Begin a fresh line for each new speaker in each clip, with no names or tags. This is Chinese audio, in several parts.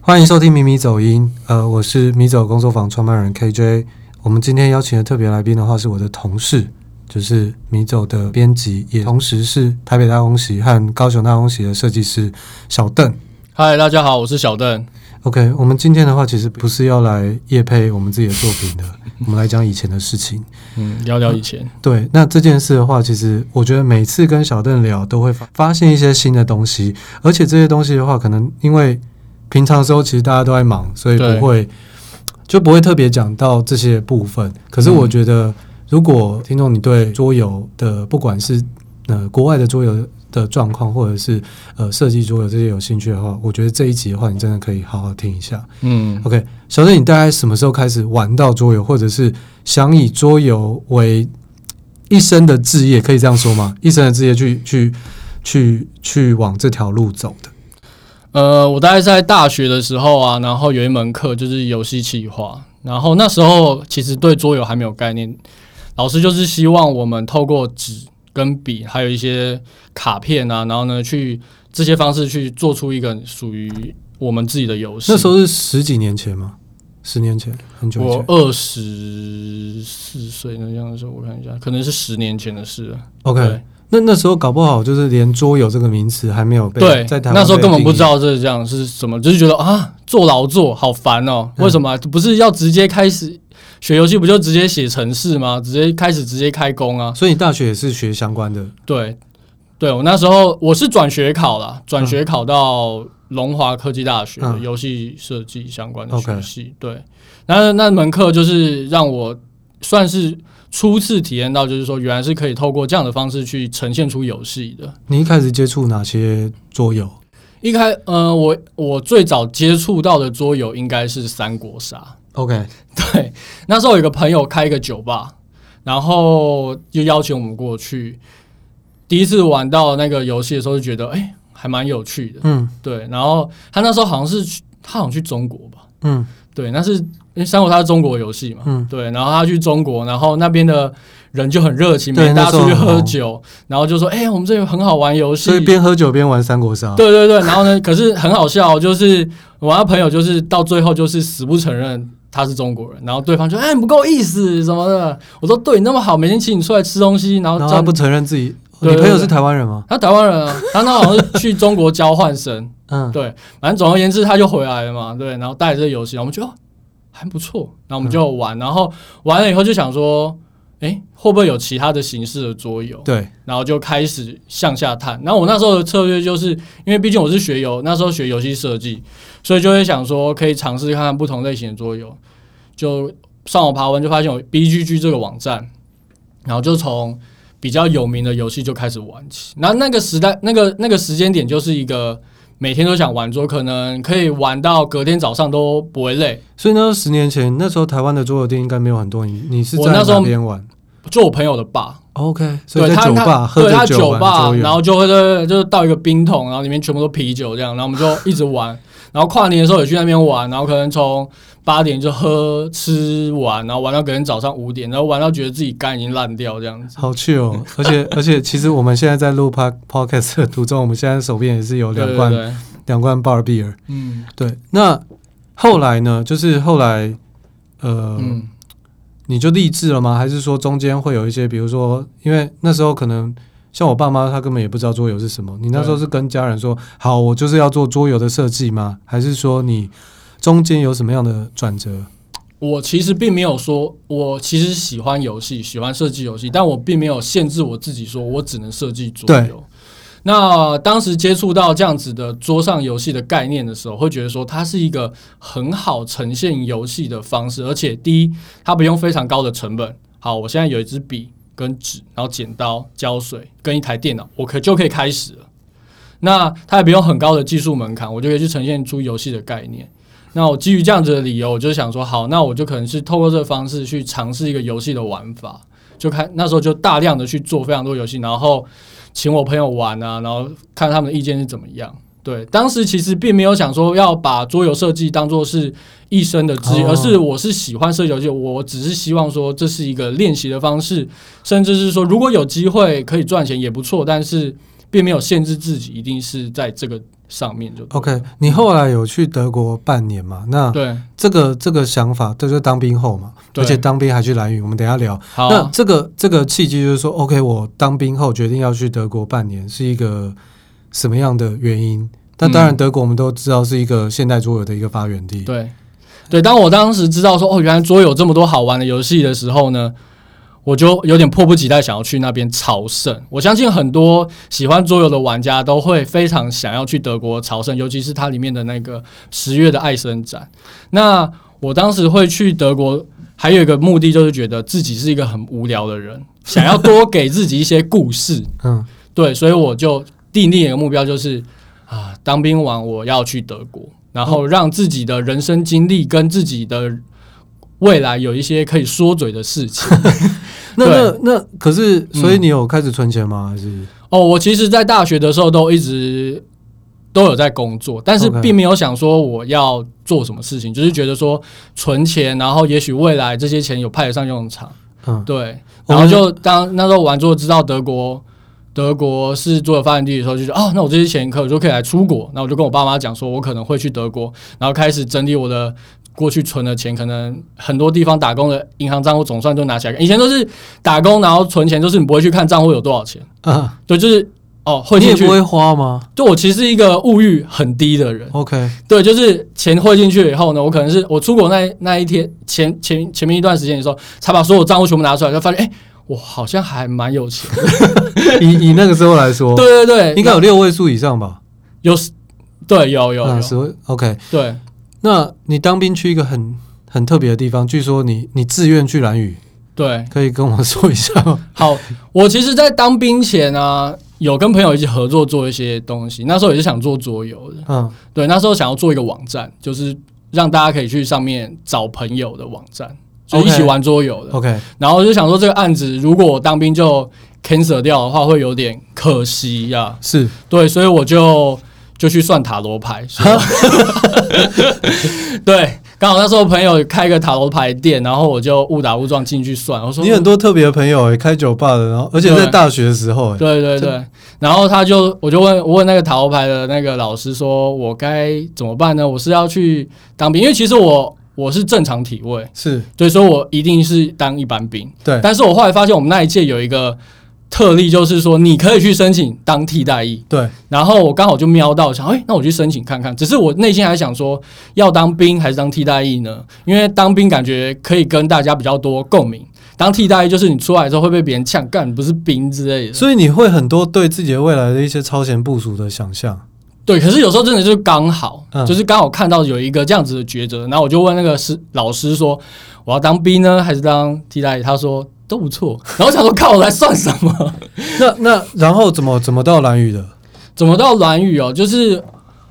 欢迎收听《米米走音》，呃，我是米走工作坊创办人 KJ。我们今天邀请的特别来宾的话，是我的同事，就是米走的编辑，也同时是台北大空袭和高雄大空袭的设计师小邓。
嗨，大家好，我是小邓。
OK，我们今天的话其实不是要来夜配我们自己的作品的，我们来讲以前的事情。
嗯，聊聊以前，
对，那这件事的话，其实我觉得每次跟小邓聊，都会发发现一些新的东西，而且这些东西的话，可能因为平常的时候其实大家都在忙，所以
对
不会就不会特别讲到这些部分。可是我觉得，如果听众你对桌游的，不管是呃国外的桌游的状况，或者是呃设计桌游这些有兴趣的话，我觉得这一集的话，你真的可以好好听一下。
嗯，
OK，小郑，你大概什么时候开始玩到桌游，或者是想以桌游为一生的志业，可以这样说吗？一生的志业去去去去往这条路走的。
呃，我大概在大学的时候啊，然后有一门课就是游戏企划，然后那时候其实对桌游还没有概念，老师就是希望我们透过纸跟笔，还有一些卡片啊，然后呢，去这些方式去做出一个属于我们自己的游戏。
那时候是十几年前吗？十年前，很久以
我
前。
二十四岁那样的时候，我看一下，可能是十年前的事了。
OK，
对
那那时候搞不好就是连桌游这个名词还没有被
对，
在台湾
那时候
被
根本
定
不知
义。
道这是这样是什么，就是觉得啊，做劳作好烦哦、
嗯
为什么啊、不是要直接开始学游戏，不就直接写程式吗？直接开始直接开工啊？
所以你大学也是学相关的。
对，对我那时候我是转学考啦，转学考到龙华科技大学的
嗯
游戏设计相关的
OK
学系。对，然后那门课就是让我算是初次体验到，就是说原来是可以透过这样的方式去呈现出游戏的。
你一开始接触哪些桌游？
一开，呃，我我最早接触到的桌游应该是三国杀。
OK，
对，那时候有一个朋友开一个酒吧，然后就邀请我们过去。第一次玩到那个游戏的时候，就觉得哎、还蛮有趣的。
嗯
对，然后他那时候好像是去他好像去中国吧？
嗯
对，那是因为三国杀是中国游戏嘛。
嗯，
对，然后他去中国，然后那边的人就很热情，
对
每天大
那时
家
候
出去
很
喝
红
酒，然后就说：“哎、我们这有很好玩游戏。”
所以边喝酒边玩三国杀。
对对对，然后呢？可是很好笑哦，就是我那朋友就是到最后就是死不承认他是中国人，然后对方就哎、你不够意思什么的。我说对你那么好，每天请你出来吃东西，然后
然后
叫
他
你
不承认自己。
啊对
你朋友
对
是台湾人吗？
他台湾人啊，他那好像是去中国交换生，
嗯，
对，反正总而言之他就回来了嘛，对，然后带着这个游戏，然后我们觉得、哦还不错，然后我们就玩，然后玩了以后就想说，哎、会不会有其他的形式的桌游？
对，
然后就开始向下探。然后我那时候的策略就是，因为毕竟我是学游，那时候学游戏设计，所以就会想说可以尝试看看不同类型的桌游。就上网爬文，就发现有 BGG 这个网站，然后就从比较有名的游戏就开始玩起。那那个时代，那个那个时间点，就是一个每天都想玩桌，可能可以玩到隔天早上都不会累。
所以那时候十年前，那时候台湾的桌游店应该没有很多，你你是
我
在
那时候
哪边玩
就我朋友的爸，
？OK，所以
对
在
他，
酒吧
他
喝
对他
着
酒
玩
吧，
桌
然
游。
后就会对，就是倒一个冰桶，然后里面全部都啤酒这样，然后我们就一直玩。然后跨年的时候也去那边玩，然后可能从八点就喝吃玩，然后玩到可能早上五点，然后玩到觉得自己肝已经烂掉这样子。
好 c 哦，而且而且，其实我们现在在录 pod podcast 的途中，我们现在手边也是有
对
哦两
对
罐
对，
两罐 bar beer。
嗯
对，那后来呢？就是后来，呃，
嗯，
你就励志了吗？还是说中间会有一些，比如说，因为那时候可能像我爸妈，他根本也不知道桌游是什么。你那时候是跟家人说，好，我就是要做桌游的设计吗？还是说你中间有什么样的转折？
我其实并没有说，我其实喜欢游戏，喜欢设计游戏，但我并没有限制我自己，说我只能设计桌
对
游。那当时接触到这样子的桌上游戏的概念的时候，会觉得说它是一个很好呈现游戏的方式，而且第一，它不用非常高的成本。好，我现在有一支笔跟纸，然后剪刀、胶水跟一台电脑，我可就可以开始了。那它也不用很高的技术门槛，我就可以去呈现出游戏的概念。那我基于这样子的理由，我就想说，好，那我就可能是透过这个方式去尝试一个游戏的玩法，就看那时候就大量的去做非常多游戏，然后请我朋友玩啊，然后看他们的意见是怎么样。对，当时其实并没有想说要把桌游设计当做是一生的职业，
哦
而是我是喜欢设计游戏，我只是希望说这是一个练习的方式，甚至是说如果有机会可以赚钱也不错，但是并没有限制自己一定是在这个上面就对
OK，你后来有去德国半年嘛？那
对，
这个这个想法，这就是当兵后嘛，
对
而且当兵还去蓝屿，我们等一下聊。
好
那
啊，
这个这个契机就是说，OK，我当兵后决定要去德国半年，是一个什么样的原因？那当然，
嗯
德国我们都知道是一个现代桌游的一个发源地。
对对。当我当时知道说哦，原来桌游这么多好玩的游戏的时候呢，我就有点迫不及待想要去那边朝圣。我相信很多喜欢桌游的玩家都会非常想要去德国朝圣，尤其是它里面的那个十月的艾森展。那我当时会去德国，还有一个目的就是觉得自己是一个很无聊的人，想要多给自己一些故事。
嗯，
对，所以我就定定一个目标，就是啊，当兵完我要去德国，然后让自己的人生经历跟自己的未来有一些可以说嘴的事情。
那那
对
那可是，
嗯
所以你有开始存钱吗？还是
哦，我其实，在大学的时候都一直都有在工作，但是
OK
并没有想说我要做什么事情，就是觉得说存钱，然后也许未来这些钱有派得上用场。
嗯，
对，
我
然
们
后就当那时候玩之后知道德国德国是做发源地的时候，就觉得哦，那我这些钱可我就可以来出国。那我就跟我爸妈讲说，我可能会去德国，然后开始整理我的过去存的钱，可能很多地方打工的银行账户总算就拿起来看。以前都是打工然后存钱，就是你不会去看账户有多少钱，
啊，
对，就是哦汇
你也
进去
不。会花吗
就我其实是一个物欲很低的人，
？OK，
对，就是钱汇进去以后呢，我可能是我出国那那一天前前前面一段时间的时候，才把所有账户全部拿出来，就发现哎、诶我好像还蛮有钱的。
以以那个时候来说，
对对对，
哦应该有六位数以上吧？
有，对有有
嗯，
有，
十位。OK，
对
那你当兵去一个很很特别的地方，据说你你自愿去蓝屿，
对。
可以跟我说一下吗？
好，我其实，在当兵前啊，有跟朋友一起合作做一些东西，那时候也是想做桌游的。
嗯，
对，那时候想要做一个网站，就是让大家可以去上面找朋友的网站，就一起
OK
玩桌游的。
OK，
然后就想说这个案子，如果我当兵就 cancel 掉的话，会有点可惜呀、
是
对，所以我就就去算塔罗牌。说 对，刚好那时候朋友开个塔罗牌店，然后我就误打误撞进去算。我说
你很多特别的朋友、欸，开酒吧的，然后而且在
对
大学的时候、欸，
嗯对对对，然后他就我就问我问那个塔罗牌的那个老师说，我该怎么办呢？我是要去当兵，因为其实我我是正常体位，
是
所以说我一定是当一般兵。
对
但是我后来发现，我们那一届有一个特例，就是说你可以去申请当替代役。
对，
然后我刚好就瞄到，想，哎、那我去申请看看。只是我内心还想说，要当兵还是当替代役呢？因为当兵感觉可以跟大家比较多共鸣，当替代役就是你出来之后会被别人呛，干你不是兵之类的。
所以你会很多对自己的未来的一些超前部署的想象。
对，可是有时候真的就是刚好，
嗯
就是刚好看到有一个这样子的抉择，然后我就问那个师老师说，我要当兵呢还是当替代役？他说都不错。然后我想说，靠，我来算什么？
那那然后怎么怎么到蓝屿的？
怎么到蓝屿哦？就是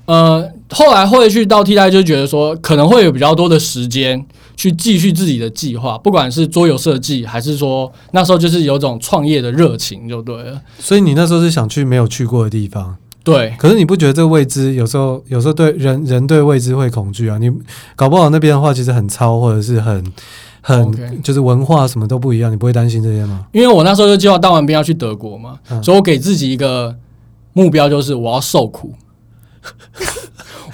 呃，后来会去到替代，就觉得说可能会有比较多的时间去继续自己的计划，不管是桌游设计，还是说那时候就是有种创业的热情，就对了。
所以你那时候是想去没有去过的地方，
对
可是你不觉得这个未知有时候有时候对人人对未知会恐惧啊？你搞不好那边的话其实很糙，或者是很很
OK
就是文化什么都不一样，你不会担心这些吗？
因为我那时候就计划当完兵要去德国嘛，
嗯
所以我给自己一个目标，就是我要受苦，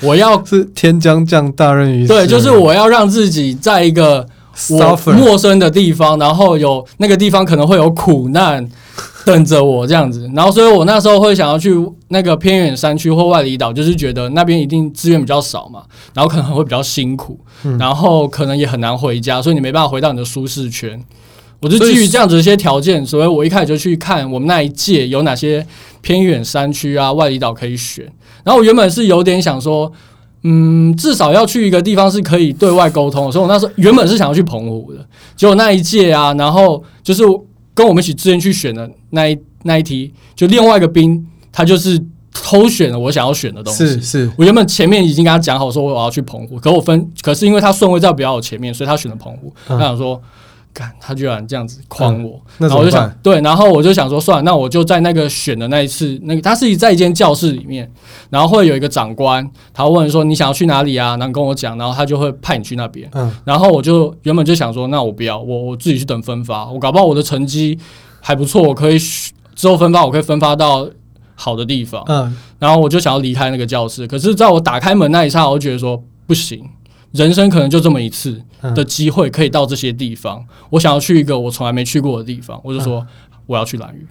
我要
是天将降大任于斯
对，
人
就是我要让自己在一个我
suffer
陌生的地方，然后有那个地方可能会有苦难等着我这样子，然后所以我那时候会想要去那个偏远山区或外离岛，就是觉得那边一定资源比较少嘛，然后可能会比较辛苦，
嗯
然后可能也很难回家，所以你没办法回到你的舒适圈。我就
所以
基于这样子一些条件，所以我一开始就去看我们那一届有哪些偏远山区啊、外离岛可以选。然后我原本是有点想说，嗯，至少要去一个地方是可以对外沟通的，所以我那时候原本是想要去澎湖的，结果那一届啊，然后就是跟我们一起之前去选的那一那一题，就另外一个兵他就是偷选了我想要选的东西。
是是
我原本前面已经跟他讲好说我要去澎湖，可我分，可是因为他顺位在比较我前面，所以他选了澎湖。
嗯
他想说，干，他居然这样子诓我，
那
然
怎
后我
么
就想
办？，
对，然后我就想说，算了，那我就在那个选的那一次，那个他是在一间教室里面，然后会有一个长官，他会问说你想要去哪里啊，然后跟我讲，然后他就会派你去那边。
嗯，
然后我就原本就想说，那我不要，我我自己去等分发，我搞不好我的成绩还不错，我可以选之后分发，我可以分发到好的地方。
嗯，
然后我就想要离开那个教室，可是在我打开门那一刹，我就觉得说不行，人生可能就这么一次
嗯
的机会可以到这些地方，我想要去一个我从来没去过的地方，我就
嗯
说我要去蓝屿。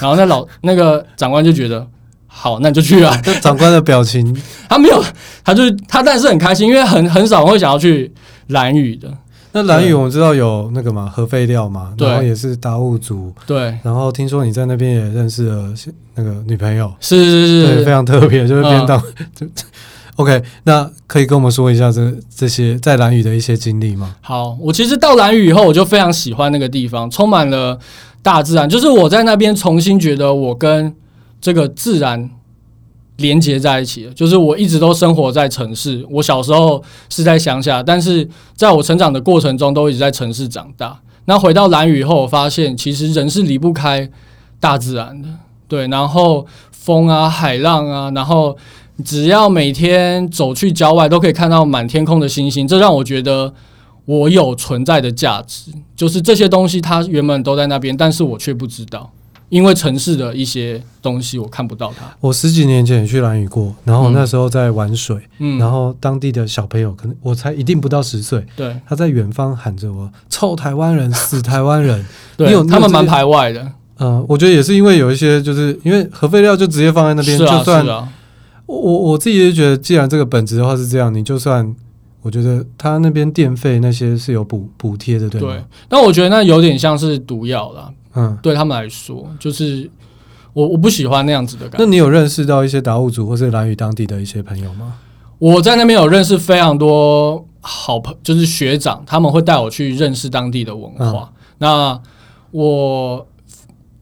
然后那老 那个长官就觉得好，那你就去 啊。
这长官的表情，
他没有，他就是他，但是很开心，因为很很少会想要去蓝屿的。
那蓝宇我们知道有那个嘛核废料嘛，
对
然后也是达悟族，
对，
然后听说你在那边也认识了是那个女朋友，
是是
对，
是
非
是，
常特别，就是
嗯
编导。就 OK，那可以跟我们说一下这这些在蓝宇的一些经历吗？
好。我其实到蓝屿以后，我就非常喜欢那个地方，充满了大自然，就是我在那边重新觉得我跟这个自然。连接在一起了，就是我一直都生活在城市。我小时候是在乡下，但是在我成长的过程中，都一直在城市长大。那回到蓝屿以后，我发现其实人是离不开大自然的，对。然后风啊、海浪啊，然后只要每天走去郊外，都可以看到满天空的星星，这让我觉得我有存在的价值。就是这些东西，它原本都在那边，但是我却不知道，因为城市的一些东西我看不到它。
我十几年前也去蓝屿过，然后
嗯
那时候在玩水，
嗯，
然后当地的小朋友可能我才一定不到十岁，
对
他在远方喊着我“臭台湾人，死台湾人 你有
对，
你有
他们
这
蛮
些
排外的，”。
嗯，我觉得也是因为有一些，就是因为核废料就直接放在那边，
是啊
就算
是啊，
我我我自己就觉得，既然这个本质的话是这样，你就算我觉得他那边电费那些是有补补贴的，对吗？
对。但我觉得那有点像是毒药啦，
嗯，
对他们来说，就是我我不喜欢那样子的感觉
那。你有认识到一些达悟族或是兰屿当地的一些朋友吗？
我在那边有认识非常多好朋，就是学长，他们会带我去认识当地的文
嗯
化。那我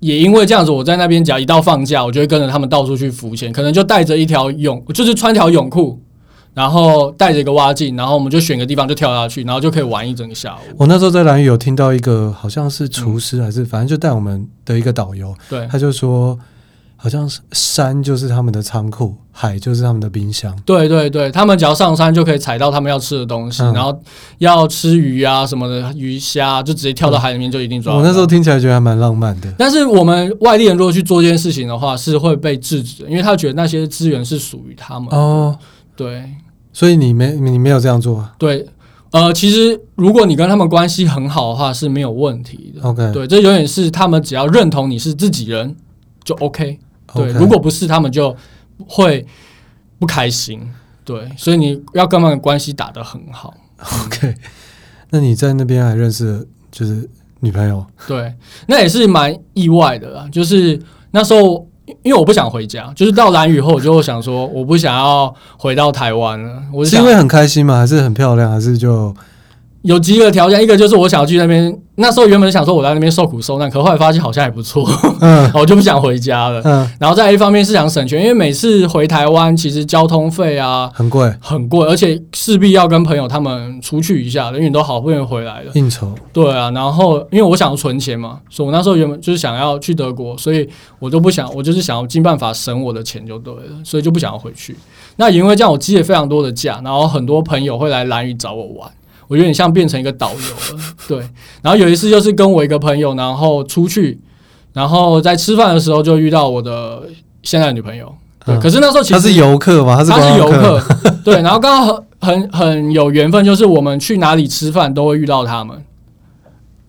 也因为这样子，我在那边只要一到放假，我就会跟着他们到处去浮潜，可能就带着一条泳，就是穿条泳裤，然后带着一个蛙镜，然后我们就选个地方就跳下去，然后就可以玩一整个下午。
我那时候在兰屿有听到一个好像是厨师还是反正就带我们的一个导游，
嗯对
他就说好像是山就是他们的仓库，海就是他们的冰箱。
对对对，他们只要上山就可以采到他们要吃的东西，
嗯
然后要吃鱼啊什么的，鱼虾就直接跳到海里面就一定抓得
我
到。
那时候听起来觉得还蛮浪漫的。
但是我们外地人如果去做这件事情的话，是会被制止的，因为他觉得那些资源是属于他们。
哦，
对
所以你没你没有这样做啊
对，呃，其实如果你跟他们关系很好的话是没有问题的。
？OK，
对，这有点是他们只要认同你是自己人就 OK。对
OK
如果不是，他们就会不开心。对，所以你要跟他们关系打得很好。
OK，那你在那边还认识了就是女朋友？
对，那也是蛮意外的啦。就是那时候，因为我不想回家，就是到蓝屿后，我就想说，我不想要回到台湾了。我就是想
因为很开心吗？还是很漂亮？还是就
有几个条件，一个就是我想要去那边。那时候原本想说我在那边受苦受难，可后来发现好像也不错，
嗯
我就不想回家了。
嗯
然后再一方面是想省钱，因为每次回台湾其实交通费啊
很贵
很贵，而且势必要跟朋友他们出去一下，因为你都好不容易回来了。
应酬？
对啊，然后因为我想要存钱嘛，所以我那时候原本就是想要去德国，所以我就不想，我就是想要尽办法省我的钱就对了，所以就不想要回去。那也因为这样，我积了非常多的假，然后很多朋友会来兰屿找我玩，我有点像变成一个导游了。对，然后有一次就是跟我一个朋友，然后出去，然后在吃饭的时候就遇到我的现在的女朋友。对，
嗯
可是那时候其实
他是游客吗？他是
他
观
是
光
游，客，对，然后刚好很很很有缘分，就是我们去哪里吃饭都会遇到他们。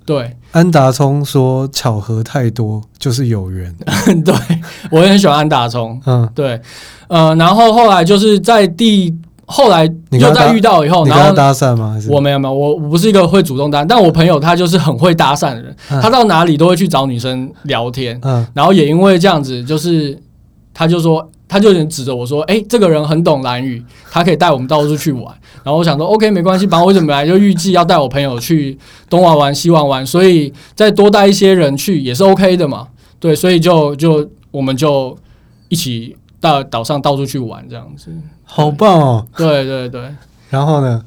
对
安达充说巧合太多就是有缘。
对，我也很喜欢安达充。
嗯，
对，呃，然后后来就是在第后来
你跟
又
他
再遇到以后，
你
哦然
跟他
后
搭讪吗？还是
我没有没有，我我不是一个会主动搭，但我朋友他就是很会搭讪的人，
嗯
他到哪里都会去找女生聊天，
嗯
然后也因为这样子，就是他就说，他就有点指着我说：“哎、这个人很懂蓝语，他可以带我们到处去玩。”然后我想说：“OK，没关系，反正我本来就预计要带我朋友去东玩玩、西玩玩，所以再多带一些人去也是 OK 的嘛。”对，所以就就我们就一起到岛上到处去玩这样子。
好棒哦。
对对对。
然后呢？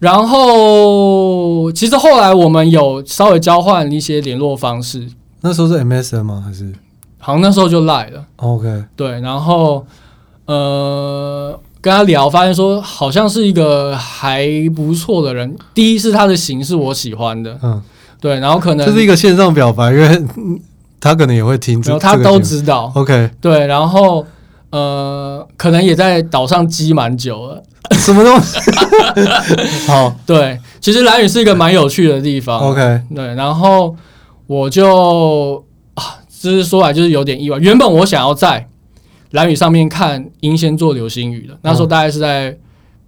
然后，其实后来我们有稍微交换一些联络方式，
那时候是 MSN 吗？还是
好像那时候就赖了。
OK？
对，然后呃跟他聊，发现说好像是一个还不错的人。第一是他的型是我喜欢的，
嗯，
对，然后可能
这是一个线上表白，因为嗯他可能也会听
然
这，
后他
这个节
都
目
知道，
OK，
对，然后呃，可能也在岛上积蛮久了。
什么东西？ 好
对，其实蓝屿是一个蛮有趣的地方。
，OK，
对，啊然后我就啊，就是说来就是有点意外。原本我想要在蓝屿上面看英仙座流星雨的，那
嗯
时候大概是在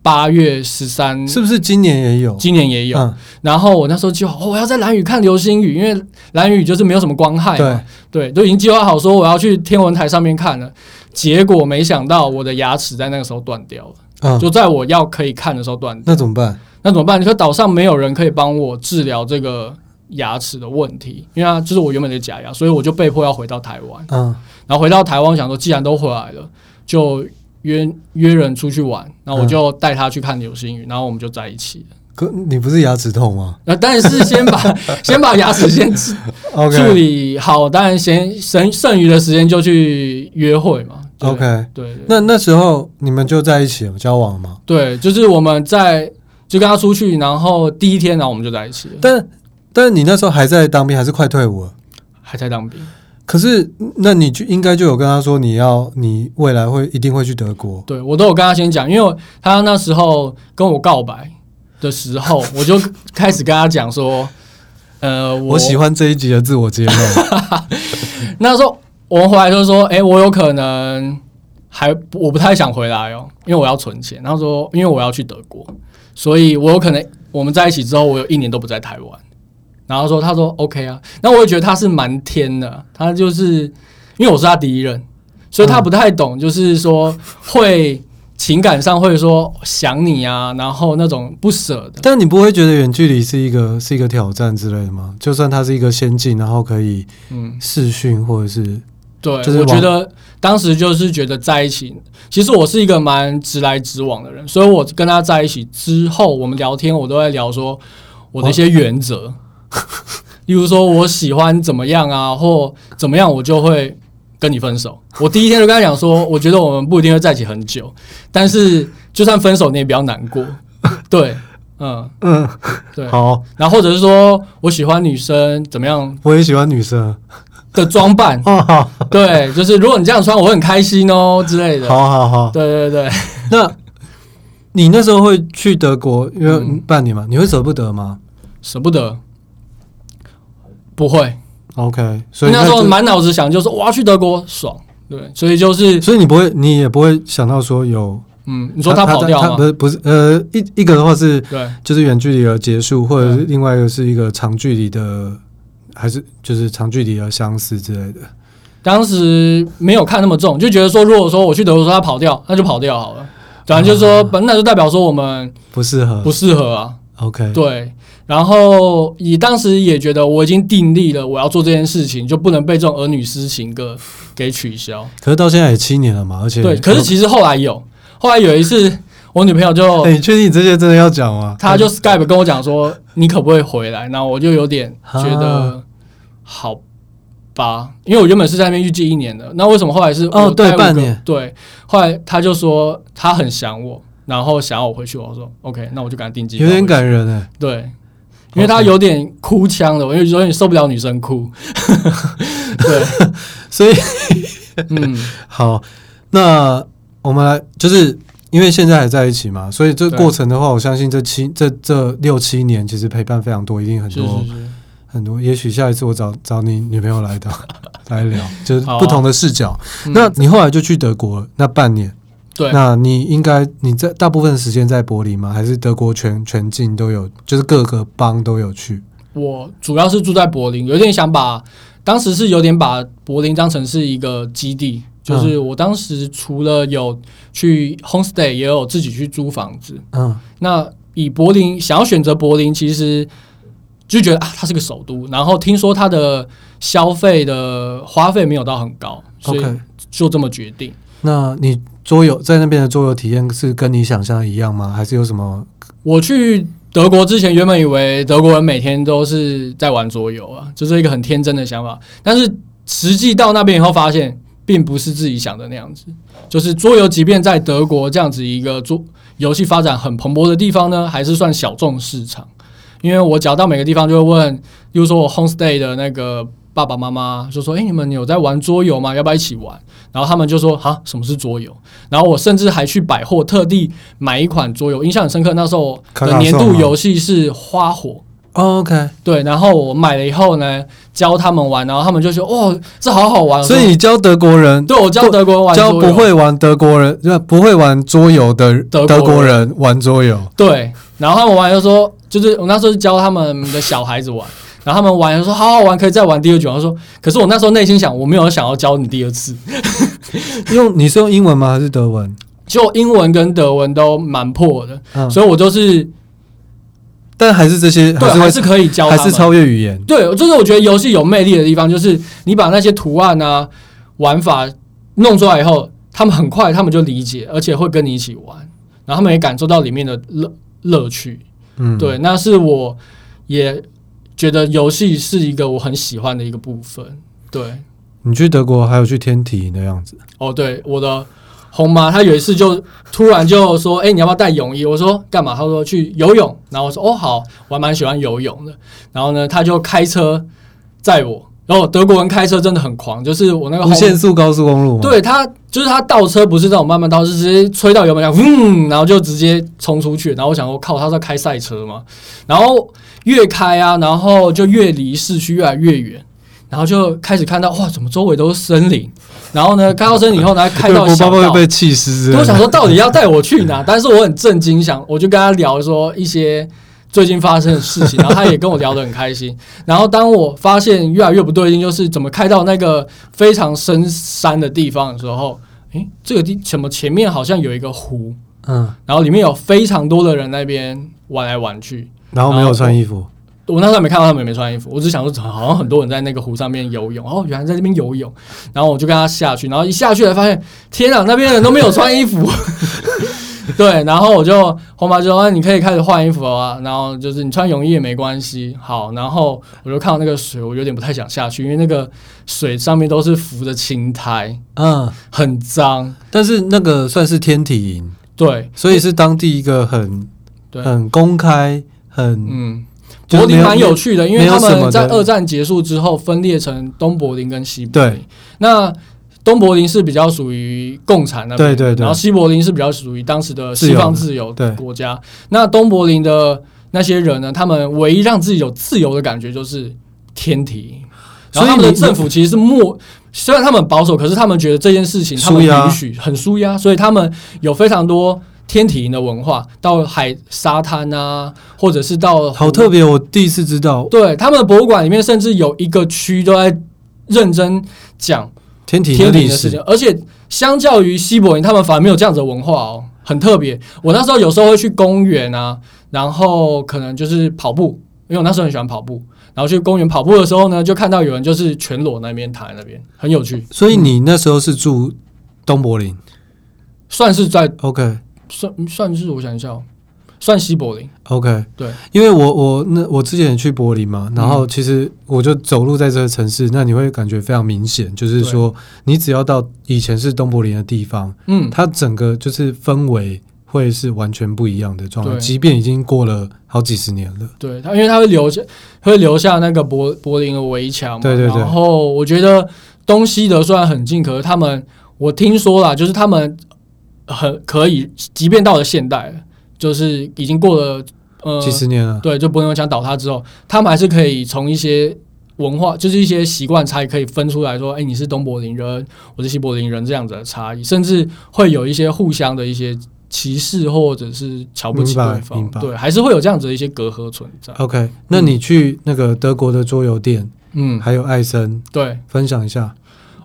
八月十三、
是不是今年也有？
今年也有。
嗯
然后我那时候计划、哦，我要在蓝屿看流星雨，因为蓝屿就是没有什么光害嘛，对，都已经计划好说我要去天文台上面看了。结果没想到我的牙齿在那个时候断掉了，
嗯，
就在我要可以看的时候断掉。
那怎么办？
那怎么办？你说岛上没有人可以帮我治疗这个牙齿的问题，因为它就是我原本的假牙，所以我就被迫要回到台湾。
嗯
然后回到台湾，我想说既然都回来了，就约约人出去玩。然后我就带他去看流星雨，然后我们就在一起了。
可你不是牙齿痛吗
那呃当然是先把 先把牙齿先治处
？OK
理好，当然先剩剩余的时间就去约会嘛。对
OK，
对对
那那时候你们就在一起了交往了吗？
对，就是我们在就跟他出去，然后第一天，然后我们就在一起了，
但但你那时候还在当兵，还是快退伍了？
还在当兵。
可是那你就应该就有跟他说你要你未来会一定会去德国。
对我都有跟他先讲，因为他那时候跟我告白的时候，我就开始跟他讲说，呃，我
我喜欢这一集的自我 揭露。
那时候我们回来就说，哎、我有可能还我不太想回来哦，因为我要存钱。然后说，因为我要去德国，所以我有可能我们在一起之后，我有一年都不在台湾。然后说，他说 OK 啊，那我也觉得他是蛮天的，他就是因为我是他第一任，所以他不太懂，就是说会情感上会说想你啊，然后那种不舍的。
但你不会觉得远距离是一个是一个挑战之类的吗？就算它是一个先进，然后可以
嗯，
视讯或者是
对，
就是
我觉
往
得当时就是觉得在一起，其实我是一个蛮直来直往的人，所以我跟他在一起之后，我们聊天我都在聊说我的一些 原则，例如说我喜欢怎么样啊，或怎么样，我就会跟你分手。我第一天就跟他讲说，我觉得我们不一定会在一起很久，但是就算分手你也不要难过。对，嗯，
嗯，
对。
好，
然后或者是说我喜欢女生怎么样
我也喜欢女生。
的装扮，
哦，好，
对，就是如果你这样穿，我会很开心哦之类的。
好好好。
对对对，
那你那时候会去德国，因为
嗯
半年嘛，你会舍不得吗
舍不得，不会。
？OK，所以
那时候
就
满脑子想就是我要去德国，爽。对，所以就是
所以你不会，你也不会想到说有
嗯，你说他跑
在
掉
他不
吗？
是不是呃，一一个的话是
对，
就是远距离而结束，或者是
对
另外一个是一个长距离的，还是就是长距离而相似之类的。
当时没有看那么重，就觉得说如果说我去德国说他跑掉，那就跑掉好了。反正就是说，
啊
本那就代表说我们
不适合。
不适合啊。
OK，
对，然后以当时也觉得我已经定力了，我要做这件事情，就不能被这种儿女私情个给取消。
可是到现在也七年了嘛，而且哦
对，可是其实后来有，后来有一次我女朋友就
哎、你确定你这些真的要讲吗？
她就 Skype 跟我讲说，你可不可以回来？然后我就有点觉得
啊
好吧，因为我原本是在那边预计一年的，那为什么后来是
哦
我待
对
五个
半年
对，后来她就说她很想我，然后想要我回去，我说 OK，那我就给她定机票
有点
回去
感人哎、
对，因为她有点哭腔的，我有点受不了女生哭， 对，
所以
嗯，
好，那我们来就是。因为现在还在一起嘛，所以这
对
过程的话，我相信这七这这六七年其实陪伴非常多，一 定很
是
多
是是。
很多。也许下一次我找找你女朋友 来的来聊，就是
好啊
不同的视角。
嗯
那你后来就去德国了那半年，
对，
那你应该你在大部分时间在柏林吗？还是德国全全境都有，就是各个邦都有去？
我主要是住在柏林，有点想把当时是有点把柏林当成是一个基地，就是我当时除了有去 homestay，也有自己去租房子。
嗯，
那以柏林想要选择柏林，其实就觉得啊，它是个首都，然后听说它的消费的花费没有到很高，所以
OK
就这么决定。
那你桌游在那边的桌游体验是跟你想象的一样吗？还是有什么？
我去德国之前，原本以为德国人每天都是在玩桌游啊，这、是一个很天真的想法。但是实际到那边以后，发现并不是自己想的那样子。就是桌游，即便在德国这样子一个桌游戏发展很蓬勃的地方呢，还是算小众市场。因为我只要到每个地方，就会问，例如说我 homestay 的那个爸爸妈妈就说：“哎、你们有在玩桌游吗？要不要一起玩？”然后他们就说：“啊，什么是桌游？”然后我甚至还去百货特地买一款桌游，印象很深刻。那时候
卡卡
的年
颂
度
吗
游戏是花火，
哦 OK，
对，然后我买了以后呢，教他们玩，然后他们就说：“哦，这好好玩。”
所以你教德国人，
对我教德国人玩
教
桌游
不会玩德国人，就不会玩桌游的
德国人
德国人玩桌游。
对，然后他们玩就说，就是我那时候就教他们的小孩子玩，然后他们玩就说好好玩，可以再玩第二局。然后说，可是我那时候内心想，我没有想要教你第二次，
用你是用英文吗？还是德文？
就英文跟德文都蛮破的，
嗯，
所以我就是
但还是这些
对
还
还
是
是可以教
会
他
还
们
是。超越语言。
对，就是我觉得游戏有魅力的地方，就是你把那些图案啊、玩法弄出来以后，他们很快他们就理解，而且会跟你一起玩，然后他们也感受到里面的乐乐趣。
嗯，
对，那是我也觉得游戏是一个我很喜欢的一个部分。对，
你去德国还有去天体的样子，
哦，对，我的红妈她有一次就突然就说：“哎、你要不要带泳衣？”我说：“干嘛？”她说：“去游泳。”然后我说：“哦，好，我还蛮喜欢游泳的。”然后呢，她就开车载我。然后德国人开车真的很狂，就是我那个
无
红
限速高速公路 吗？，
对他，就是他倒车不是那种慢慢倒，是直接吹到油门，嗯，然后就直接冲出去。然后我想说，靠，他是在开赛车嘛？然后越开啊，然后就越离市区越来越远，然后就开始看到哇，怎么周围都是森林？然后呢，开到森林以后呢，开到
我爸
小
爸会
道。
被气死之类的。
我想说，到底要带我去哪？但是我很震惊，想我就跟他聊说一些最近发生的事情，然后他也跟我聊得很开心。然后当我发现越来越不对劲，就是怎么开到那个非常深山的地方的时候，诶，这个地怎么前面好像有一个湖，
嗯，
然后里面有非常多的人那边玩来玩去。
然后没有穿衣服，
我那时候还没看到他们也没穿衣服，我只想说好像很多人在那个湖上面游泳，哦，原来在那边游泳，然后我就跟他下去，然后一下去才发现，天啊，那边的人都没有穿衣服。 对，然后我就红妈就说、啊你可以开始换衣服了啊，然后就是你穿泳衣也没关系。好，然后我就看到那个水，我有点不太想下去，因为那个水上面都是浮着青苔，
嗯，
很脏。
但是那个算是天体营，
对，
所以是当地一个很
对
很公开、很
嗯，
就是
柏
没有
林蛮有趣的，因为
没有
他
什么
们在
的
二战结束之后分裂成东柏林跟西柏林
对。
那东柏林是比较属于共产那边，
对对对
然后西柏林是比较属于当时的西方自
自
由
由的对
国家。那东柏林的那些人呢，他们唯一让自己有自由的感觉就是天体。然后他们
所以
的
你
政府其实是默，虽然他们很保守，可是他们觉得这件事情他们
舒压
允许很舒压，啊所以他们有非常多天体营的文化，到海沙滩啊，或者是到
好
湖
特别。我第一次知道
对，他们的博物馆里面甚至有一个区都在认真讲
天体
天
历
平的事
史
情，，而且相较于西柏林，他们反而没有这样子的文化哦，很特别。我那时候有时候会去公园啊，然后可能就是跑步，因为我那时候很喜欢跑步，然后去公园跑步的时候呢，就看到有人就是全裸那边躺在那边，很有趣，
所以你那时候是住东柏林
嗯算是在
，OK
算算是我想一下、哦，算西柏林，
OK，
对，嗯
因为我我那我之前也去柏林嘛，然后其实我就走路在这个城市，那你会感觉非常明显，就是说你只要到以前是东柏林的地方，
嗯，
它整个就是氛围会是完全不一样的状态，
对
即便已经过了好几十年了。
对，它因为它会留下，会留下那个柏柏林的围墙嘛。
对对对
然后我觉得东西德虽然很近，可是他们，我听说啦，就是他们很可以，即便到了现代了，就是已经过了呃
几十年了，
对，就柏林围墙倒塌之后，他们还是可以从一些文化，就是一些习惯差异，可以分出来说，哎，你是东柏林人，我是西柏林人这样子的差异，甚至会有一些互相的一些歧视或者是瞧不起
明白
对
明
方，
白
对，还是会有这样子的一些隔阂存在。
OK，那你去那个德国的桌游店，
嗯，
还有艾森，
对。
分享一下。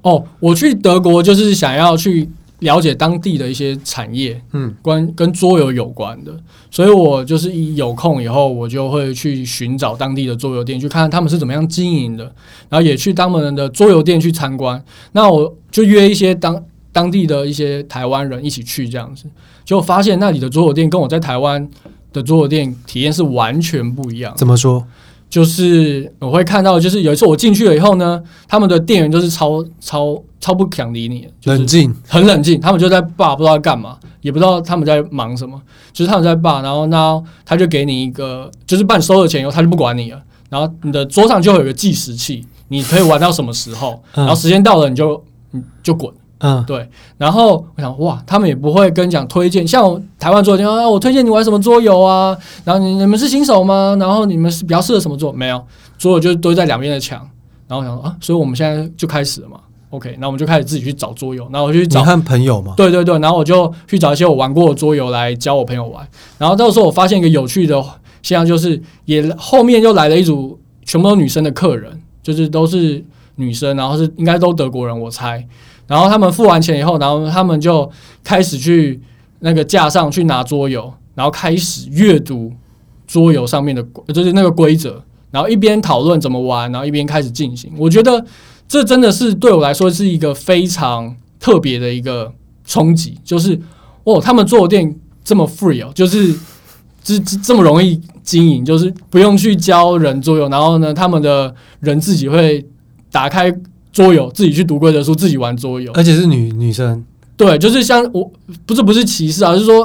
哦，我去德国就是想要去了解当地的一些产业，
嗯，
关跟桌游有关的，所以我就是一有空以后，我就会去寻找当地的桌游店，去看他们是怎么样经营的，然后也去他们的桌游店去参观。那我就约一些当当地的一些台湾人一起去这样子，就发现那里的桌游店跟我在台湾的桌游店体验是完全不一样的。
怎么说？
就是我会看到，就是有一次我进去了以后呢，他们的店员就是超超超不想理你，就是
冷静，
很冷静，他们就在爸不知道在干嘛，也不知道他们在忙什么，就是他们在爸，然后呢他就给你一个，就是办收了钱以后他就不管你了，然后你的桌上就会有一个计时器，你可以玩到什么时候，
嗯
然后时间到了你就你就滚。
嗯
对，然后我想，哇，他们也不会跟你讲推荐，像我台湾桌游，啊，我推荐你玩什么桌游啊，然后你你们是新手吗？然后你们是比较适合什么桌？没有，桌游就堆在两边的墙，然后我想说啊，所以我们现在就开始了嘛，OK，那我们就开始自己去找桌游，然后我就
你
去找
看朋友嘛，
对对对，然后我就去找一些我玩过的桌游来教我朋友玩。然后到时候我发现一个有趣的现象，就是也后面又来了一组全部都女生的客人，就是都是女生，然后是应该都德国人，我猜。然后他们付完钱以后，然后他们就开始去那个架上去拿桌游，然后开始阅读桌游上面的规，就是那个规则，然后一边讨论怎么玩，然后一边开始进行。我觉得这真的是对我来说是一个非常特别的一个冲击，就是哦，他们做的店这么 free 哦，就是这这这么容易经营，就是不用去教人桌游，然后呢，他们的人自己会打开桌游，自己去读规则书，自己玩桌游。
而且是女女生，
对，就是像我不是不是歧视啊，就是说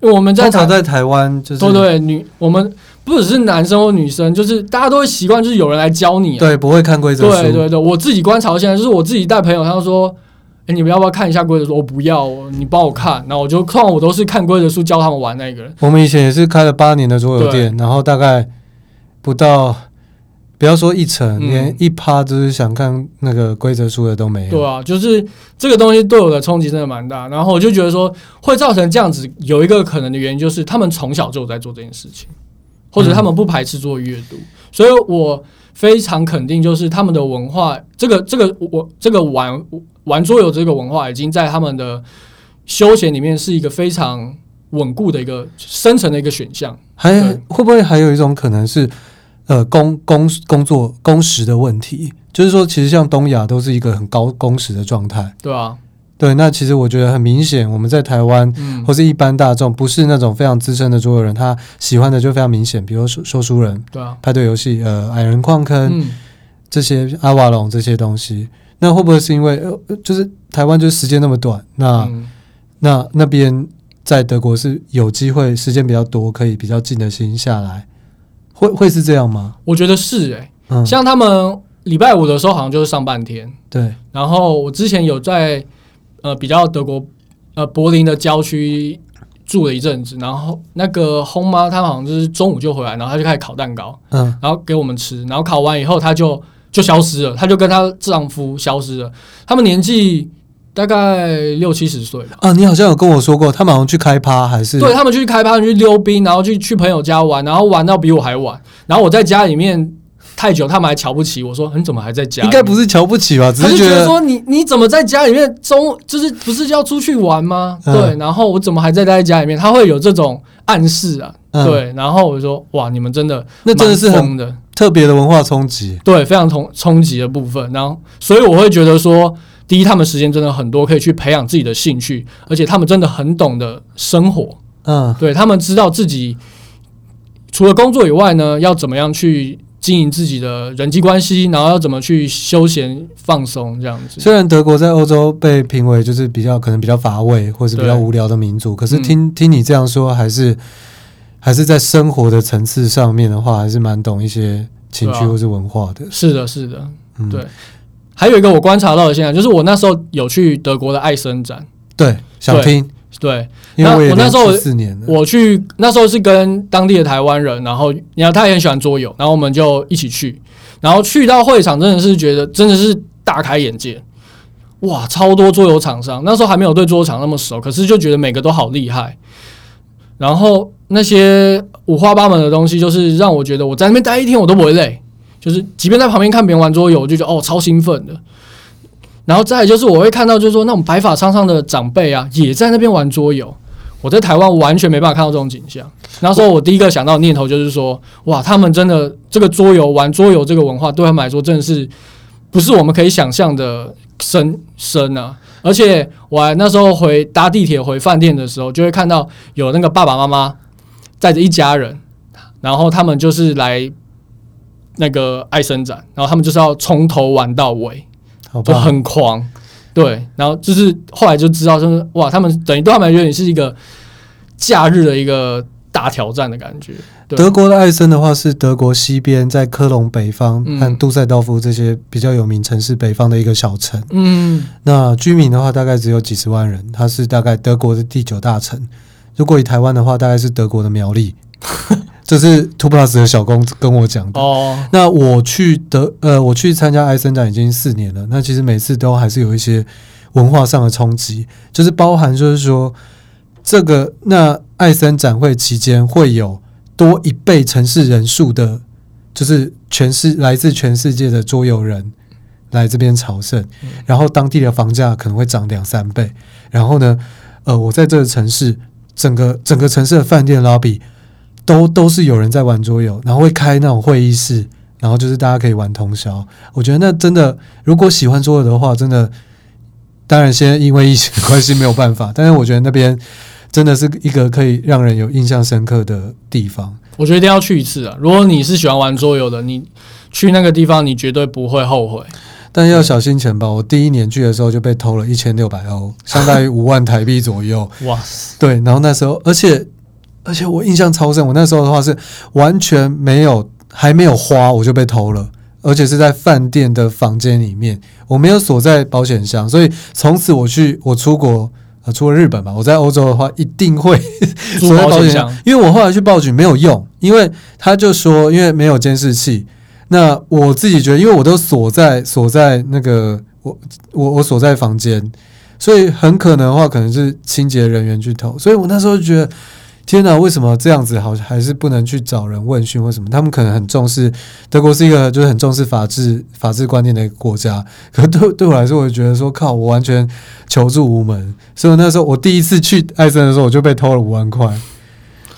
因为我们在
通
打
常在台湾就是
哦对对女，我们不只是男生或女生，就是大家都会习惯，就是有人来教你、啊。
对不会看规则书，
对对对，我自己观察到现在，就是我自己带朋友，他就说：“哎，你们要不要看一下规则书？”我不要，我你帮我看。然后我就通常我都是看规则书教他们玩那个人。
我们以前也是开了八年的桌游店，然后大概不到，不要说一成，
嗯
连一趴就是想看那个规则书的都没有。
对啊，就是这个东西对我的冲击真的蛮大。然后我就觉得说，会造成这样子，有一个可能的原因就是他们从小就有在做这件事情，或者他们不排斥做阅读，所以我非常肯定，就是他们的文化，这个这个我这个玩玩桌游这个文化已经在他们的休闲里面是一个非常稳固的一个深层的一个选项。
还
对
会不会还有一种可能是，呃，工工工作工时的问题？就是说，其实像东亚都是一个很高工时的状态。
对啊，
对，那其实我觉得很明显，我们在台湾
嗯，
或是一般大众，不是那种非常资深的桌游人，他喜欢的就非常明显，比如说说说书人、
对啊，
派对游戏、呃，矮人矿坑、
嗯，
这些阿瓦隆这些东西，那会不会是因为呃，就是台湾就是时间那么短，那、
嗯
那那边在德国是有机会时间比较多，可以比较静的心下来，会会是这样吗？
我觉得是诶、欸
嗯，
像他们礼拜五的时候好像就是上半天。
对，
然后我之前有在呃比较德国呃柏林的郊区住了一阵子，然后那个轰妈她好像就是中午就回来，然后她就开始烤蛋糕，
嗯
然后给我们吃，然后烤完以后她就就消失了，她就跟她丈夫消失了，他们年纪大概六七十岁吧。
啊，你好像有跟我说过，他们好像去开趴还是
对他们去开趴，去溜冰，然后去去朋友家玩，然后玩到比我还晚，然后我在家里面太久，他们还瞧不起我说你怎么还在家里
应
面？
该不是瞧不起吧，只
他就是觉
觉
得
得
说你你怎么在家里面中就是不是要出去玩吗？
嗯
对，然后我怎么还在待在家里面？他会有这种暗示啊，
嗯
对，然后我就说哇，你们真的
那真的是
蛮
很
疯的，
特别的文化冲击，
对，非常冲冲击的部分。然后所以我会觉得说，第一，他们时间真的很多，可以去培养自己的兴趣，而且他们真的很懂得生活，
嗯
对他们知道自己除了工作以外呢，要怎么样去经营自己的人际关系，然后要怎么去休闲放松这样子。
虽然德国在欧洲被评为就是比较可能比较乏味或是比较
对
无聊的民族，可是
嗯
听、听你这样说，还是还是在生活的层次上面的话，还是蛮懂一些情
对
趣
啊
或是文化的。
是的，是的，
嗯，
对还有一个我观察到的现象，就是我那时候有去德国的艾森展，
对，想
对
听，
对
因
那
为也
我那时候
四年了，
我去那时候是跟当地的台湾人，然后然后他也很喜欢桌游，然后我们就一起去，然后去到会场真的是觉得真的是大开眼界，哇，超多桌游厂商，那时候还没有对桌游厂那么熟，可是就觉得每个都好厉害，然后那些五花八门的东西，就是让我觉得我在那边待一天我都不会累，就是即便在旁边看别人玩桌游，我就觉得哦超兴奋的。然后再来就是我会看到，就是说那种白发苍苍的长辈啊，也在那边玩桌游。我在台湾完全没办法看到这种景象。那时候我第一个想到的念头就是说，哇，他们真的这个桌游玩桌游这个文化对他们来说真的是不是我们可以想象的深深啊！而且我还那时候回搭地铁回饭店的时候，就会看到有那个爸爸妈妈带着一家人，然后他们就是来那个爱生展，然后他们就是要从头玩到尾。
好嗯
就
吧，
很狂，对，然后就是后来就知道，就是哇，他们等于对他们来说也是一个假日的一个大挑战的感觉。对
德国的艾森的话是德国西边，在科隆北方
嗯
和杜塞道夫这些比较有名城市北方的一个小城。
嗯，
那居民的话大概只有几十万人，它是大概德国的第九大城。如果以台湾的话，大概是德国的苗栗。 这是 Two Plus 的小工跟我讲的。
哦，
那我去德呃，我去参加埃森展已经四年了。那其实每次都还是有一些文化上的冲击，就是包含就是说这个那埃森展会期间会有多一倍城市人数的，就是全世来自全世界的桌游人来这边朝圣，然后当地的房价可能会涨两三倍。然后呢，呃，我在这个城市整个整个城市的饭店 lobby 都都是有人在玩桌游，然后会开那种会议室，然后就是大家可以玩通宵。我觉得那真的，如果喜欢桌游的话，真的，当然现在因为疫情的关系没有办法，但是我觉得那边真的是一个可以让人有印象深刻的地方。
我觉得一定要去一次啊！如果你是喜欢玩桌游的，你去那个地方，你绝对不会后悔。
但要小心钱包，我第一年去的时候就被偷了一千六百欧，相当于五万台币左右。
哇，
对，然后那时候，而且而且我印象超深，我那时候的话是完全没有还没有花我就被偷了，而且是在饭店的房间里面，我没有锁在保险箱，所以从此我去我出国。呃，除了日本吧，我在欧洲的话一定会
租
锁在
保
保
险
险
箱
箱，因为我后来去报警没有用，因为他就说因为没有监视器。那我自己觉得，因为我都锁在锁在那个我我我锁在房间，所以很可能的话，可能是清洁人员去偷。所以我那时候就觉得，天哪，为什么这样子好还是不能去找人问询或什么？他们可能很重视德国是一个就是很重视法治法治观念的一个国家，可对对我来说，我就觉得说靠，我完全求助无门。所以我那时候我第一次去艾森的时候，我就被偷了五万块。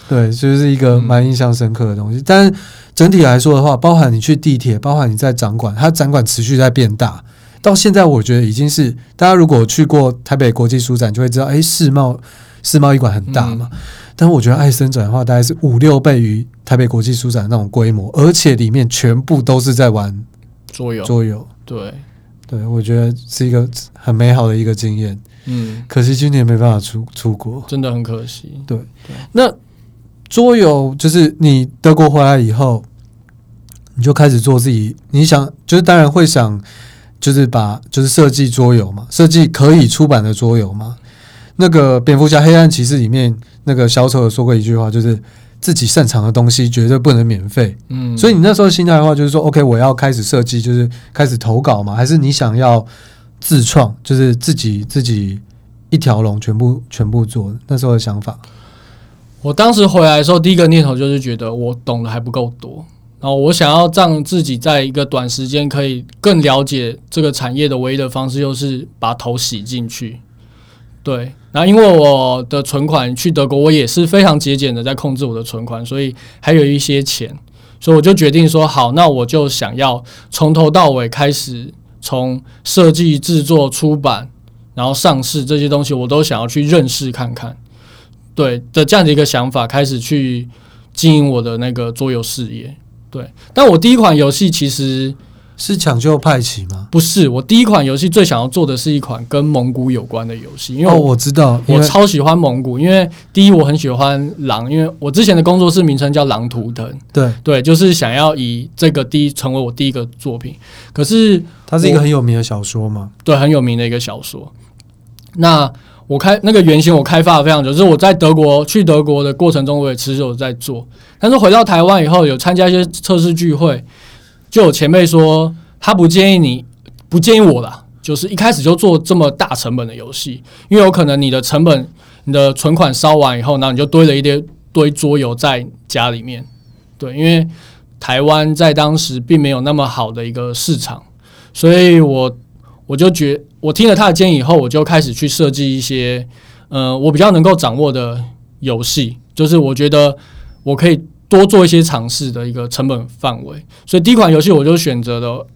对，就是一个蛮印象深刻的东西。但是整体来说的话，包含你去地铁，包含你在展馆，它展馆持续在变大。到现在，我觉得已经是大家如果去过台北国际书展，就会知道，哎，世贸世贸一馆很大嘛。但我觉得爱森展的话，大概是五六倍于台北国际书展那种规模，而且里面全部都是在玩
桌游，
桌游。
对，
对，我觉得是一个很美好的一个经验。
嗯，
可惜今年没办法出出国。
真的很可惜。
那桌游就是你德国回来以后，你就开始做自己，你想就是当然会想，就是把就是设计桌游嘛，设计可以出版的桌游嘛。那个蝙蝠侠黑暗骑士里面那个小丑有说过一句话，就是自己擅长的东西绝对不能免费。
嗯，
所以你那时候心态的话，就是说，OK，我要开始设计，就是开始投稿嘛，还是你想要自创，就是自己自己一条龙全部全部做？那时候的想法。
我当时回来的时候，第一个念头就是觉得我懂得还不够多，然后我想要让自己在一个短时间可以更了解这个产业的唯一的方式，就是把头洗进去。对，然后因为我的存款去德国，我也是非常节俭的在控制我的存款，所以还有一些钱，所以我就决定说，好，那我就想要从头到尾开始，从设计、制作、出版，然后上市这些东西，我都想要去认识看看。对的这样的一个想法，开始去经营我的那个桌游事业。对，但我第一款游戏其实
是抢救派系吗？
不是，我第一款游戏最想要做的是一款跟蒙古有关的游戏，因为
哦，
我、
我知道，因
我
为
超喜欢蒙古，因为第一我很喜欢狼，因为我之前的工作室名称叫狼图腾，
对，
对，就是想要以这个第一成为我第一个作品。可是
它是一个很有名的小说嘛。
对，很有名的一个小说。那我开那个原型，我开发了非常久，就是我在德国去德国的过程中，我也持续有在做。但是回到台湾以后，有参加一些测试聚会，就有前辈说他不建议你，不建议我啦，就是一开始就做这么大成本的游戏，因为有可能你的成本、你的存款烧完以后，然后你就堆了一堆堆桌游在家里面。对，因为台湾在当时并没有那么好的一个市场，所以我我就觉我听了他的建议以后，我就开始去设计一些，呃，我比较能够掌握的游戏，就是我觉得我可以多做一些尝试的一个成本范围。所以第一款游戏我就选择了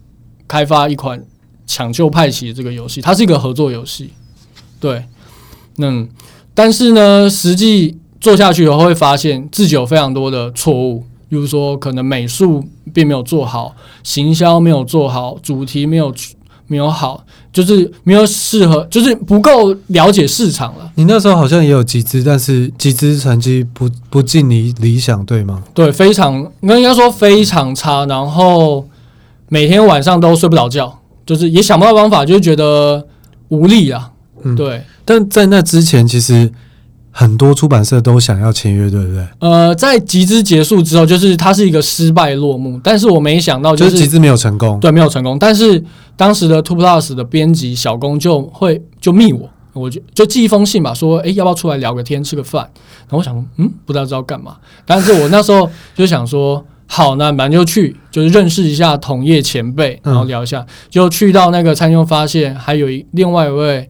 开发一款《抢救派系》这个游戏，它是一个合作游戏，对，嗯，但是呢，实际做下去以后会发现自己有非常多的错误。比如说，可能美术并没有做好，行销没有做好，主题没有没有好，就是没有适合，就是不够了解市场了。
你那时候好像也有集资，但是集资成绩不不尽你理想，对吗？
对，非常，那应该说非常差。然后每天晚上都睡不着觉，就是也想不到方法，就是觉得无力啊。
嗯
对，
但在那之前，其实很多出版社都想要签约，对不对？
呃，在集资结束之后，就是它是一个失败落幕，但是我没想到
就
哦就是
集
是。
资没有成功。
对，没有成功。但是当时的 Two Plus 的编辑小工就会就密我，我就就寄一封信吧，说诶要不要出来聊个天，吃个饭？然后我想说，嗯，不知道知道干嘛。但是我那时候就想说，好，那反正就去，就是认识一下同业前辈，然后
嗯
聊一下。就去到那个餐厅，发现还有一另外一位，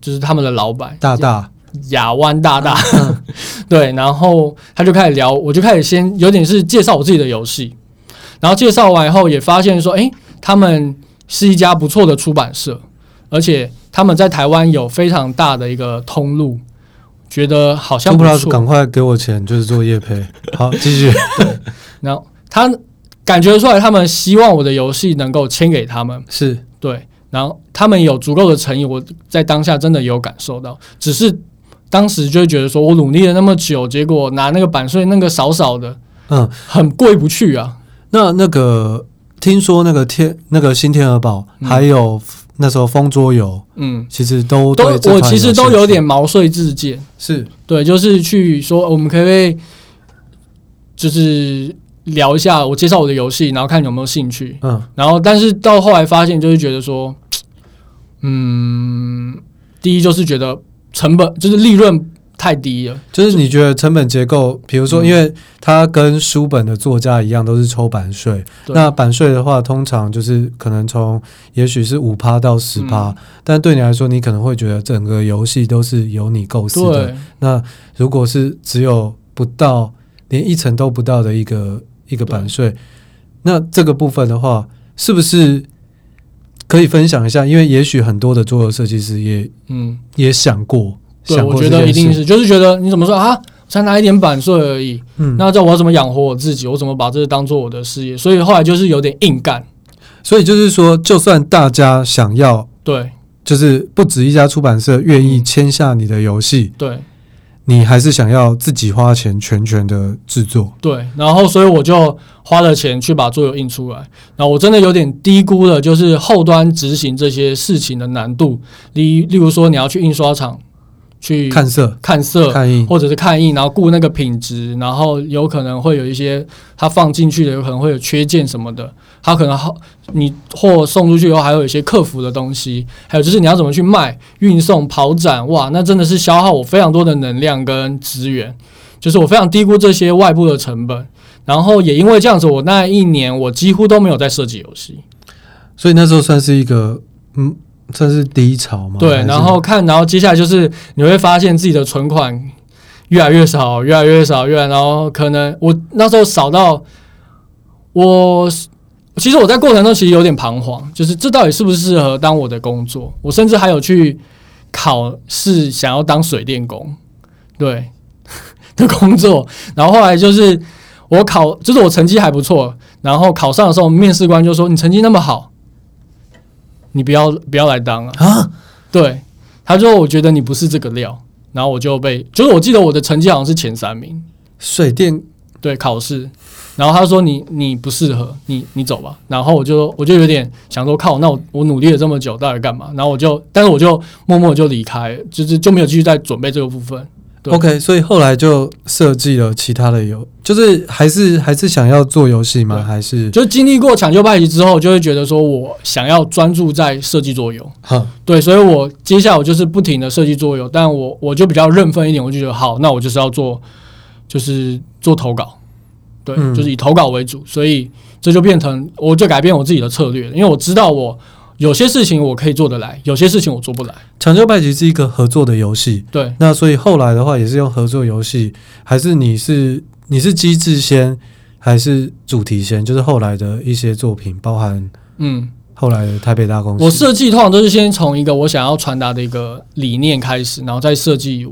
就是他们的老板
大大，
亚湾大大， 对，然后他就开始聊，我就开始先有点是介绍我自己的游戏，然后介绍完以后也发现说，诶，他们是一家不错的出版社，而且他们在台湾有非常大的一个通路，觉得好像
不
不
知道
错
赶，快给我钱，就是做业 配。好，继续。
然后他感觉出来，他们希望我的游戏能够签给他们，
是
对，然后他们有足够的诚意，我在当下真的有感受到，只是当时就会觉得说我努力了那么久，结果拿那个版税那个少少的，
嗯，
很过意不去啊。
那那个听说那个天那个新天鹅堡，
嗯
还有那时候风桌游，
嗯，
其实都
都
对这
我
款
其实都
兴
有
趣
点毛遂自荐，
是
对，就是去说我们可不可以，就是聊一下，我介绍我的游戏，然后看有没有兴趣。
嗯
然后，但是到后来发现，就是觉得说，嗯，第一就是觉得成本就是利润太低了，
就是你觉得成本结构，比如说，
嗯
因为它跟书本的作家一样，都是抽版税。
对
那版税的话，通常就是可能从也许是五趴到十趴，
嗯
但对你来说，你可能会觉得整个游戏都是由你构思的。
对，
那如果是只有不到连一成都不到的一个一个版税，那这个部分的话，是不是可以分享一下？因为也许很多的桌游设计师也
嗯，
也想过，
对，
想
我
过
觉
这
得
件
一定
事
是，就是觉得你怎么说啊，才拿一点版税而已，
嗯
那这样我要怎么养活我自己？我怎么把这个当做我的事业？所以后来就是有点硬干，
所以就是说，就算大家想要，
对
就是不止一家出版社愿意
嗯
签下你的游戏，
对
你还是想要自己花钱全权的制作。
对，然后所以我就花了钱去把桌游印出来，然后我真的有点低估了，就是后端执行这些事情的难度，例例如说你要去印刷厂去
看色、
看色，
看印，
或者是看印，然后顾那个品质，然后有可能会有一些它放进去的有可能会有缺件什么的，它可能好你货送出去以后还有一些客服的东西，还有就是你要怎么去卖、运送、跑展，哇，那真的是消耗我非常多的能量跟资源，就是我非常低估这些外部的成本。然后也因为这样子，我那一年我几乎都没有在设计游戏，
所以那时候算是一个，嗯，算是低潮嘛。
对
还，是
然后看，然后接下来就是你会发现自己的存款越来越少，越来越少，越来，然后可能我那时候少到我，其实我在过程中其实有点彷徨，就是这到底适不适合当我的工作？我甚至还有去考试，想要当水电工，对 的工作，然后后来就是我考，就是我成绩还不错，然后考上的时候，面试官就说你成绩那么好。你不要不要来当了，
啊，
对，他就我觉得你不是这个料，然后我就被，就是我记得我的成绩好像是前三名，
水电
对考试，然后他说你你不适合，你你走吧，然后我就我就有点想说靠，那我我努力了这么久到底干嘛？然后我就，但是我就默默就离开了，就是就没有继续再准备这个部分，对
OK，所以后来就设计了其他的游，就是还是还是想要做游戏吗？
对
还是
就经历过抢救派系之后，就会觉得说我想要专注在设计桌游，
哈
对，所以我接下来我就是不停的设计桌游，但我我就比较认份一点，我就觉得好，那我就是要做，就是做投稿，对，
嗯
就是以投稿为主，所以这就变成我就改变我自己的策略，因为我知道我有些事情我可以做得来，有些事情我做不来，
抢救败局是一个合作的游戏，
对，
那所以后来的话也是用合作游戏，还是你是你是机制先，还是主题先？就是后来的一些作品，包含
嗯，
后来的台北大公司。
我设计通常都是先从一个我想要传达的一个理念开始，然后再设计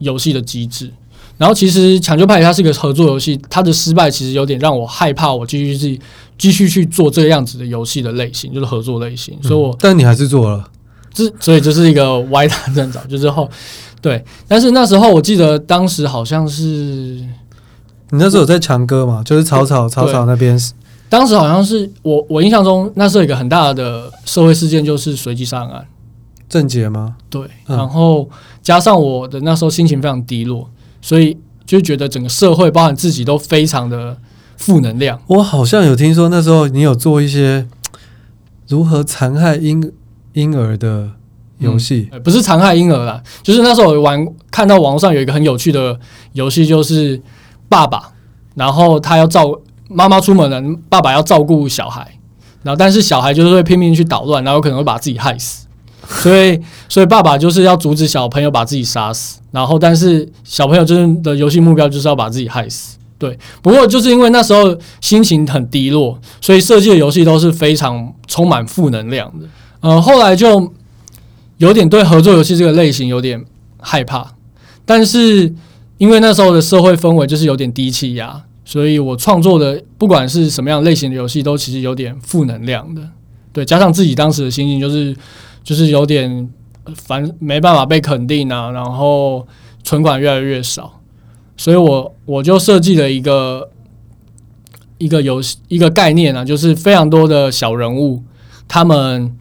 游戏的机制。然后其实《抢救派》它是一个合作游戏，它的失败其实有点让我害怕，我继续去继续去做这个样子的游戏的类型，就是合作类型。所以我
但你还是做了，
这所以就是一个歪打正着，就是后对。但是那时候我记得当时好像是，
你那时候有在强哥嘛？就是草草草草那边是，
当时好像是我我印象中那时候有一个很大的社会事件就是随机杀人案，
郑杰吗？
对，
嗯
然后加上我的那时候心情非常低落，所以就觉得整个社会包含自己都非常的负能量。
我好像有听说那时候你有做一些如何残害婴婴儿的游戏，
呃，不是残害婴儿啦，就是那时候我玩看到网络上有一个很有趣的游戏，就是爸爸，然后他要照妈妈出门了，爸爸要照顾小孩，然后但是小孩就是会拼命去捣乱，然后有可能会把自己害死。所以， 所以爸爸就是要阻止小朋友把自己杀死，然后但是小朋友真正的游戏目标就是要把自己害死。对，不过就是因为那时候心情很低落，所以设计的游戏都是非常充满负能量的。呃，后来就有点对合作游戏这个类型有点害怕，但是因为那时候的社会氛围就是有点低气压，所以我创作的不管是什么样类型的游戏，都其实有点负能量的。对，加上自己当时的心情就是就是有点呃烦，没办法被肯定啊，然后存款越来越少，所以我我就设计了一个一个游戏一个概念啊，就是非常多的小人物，他们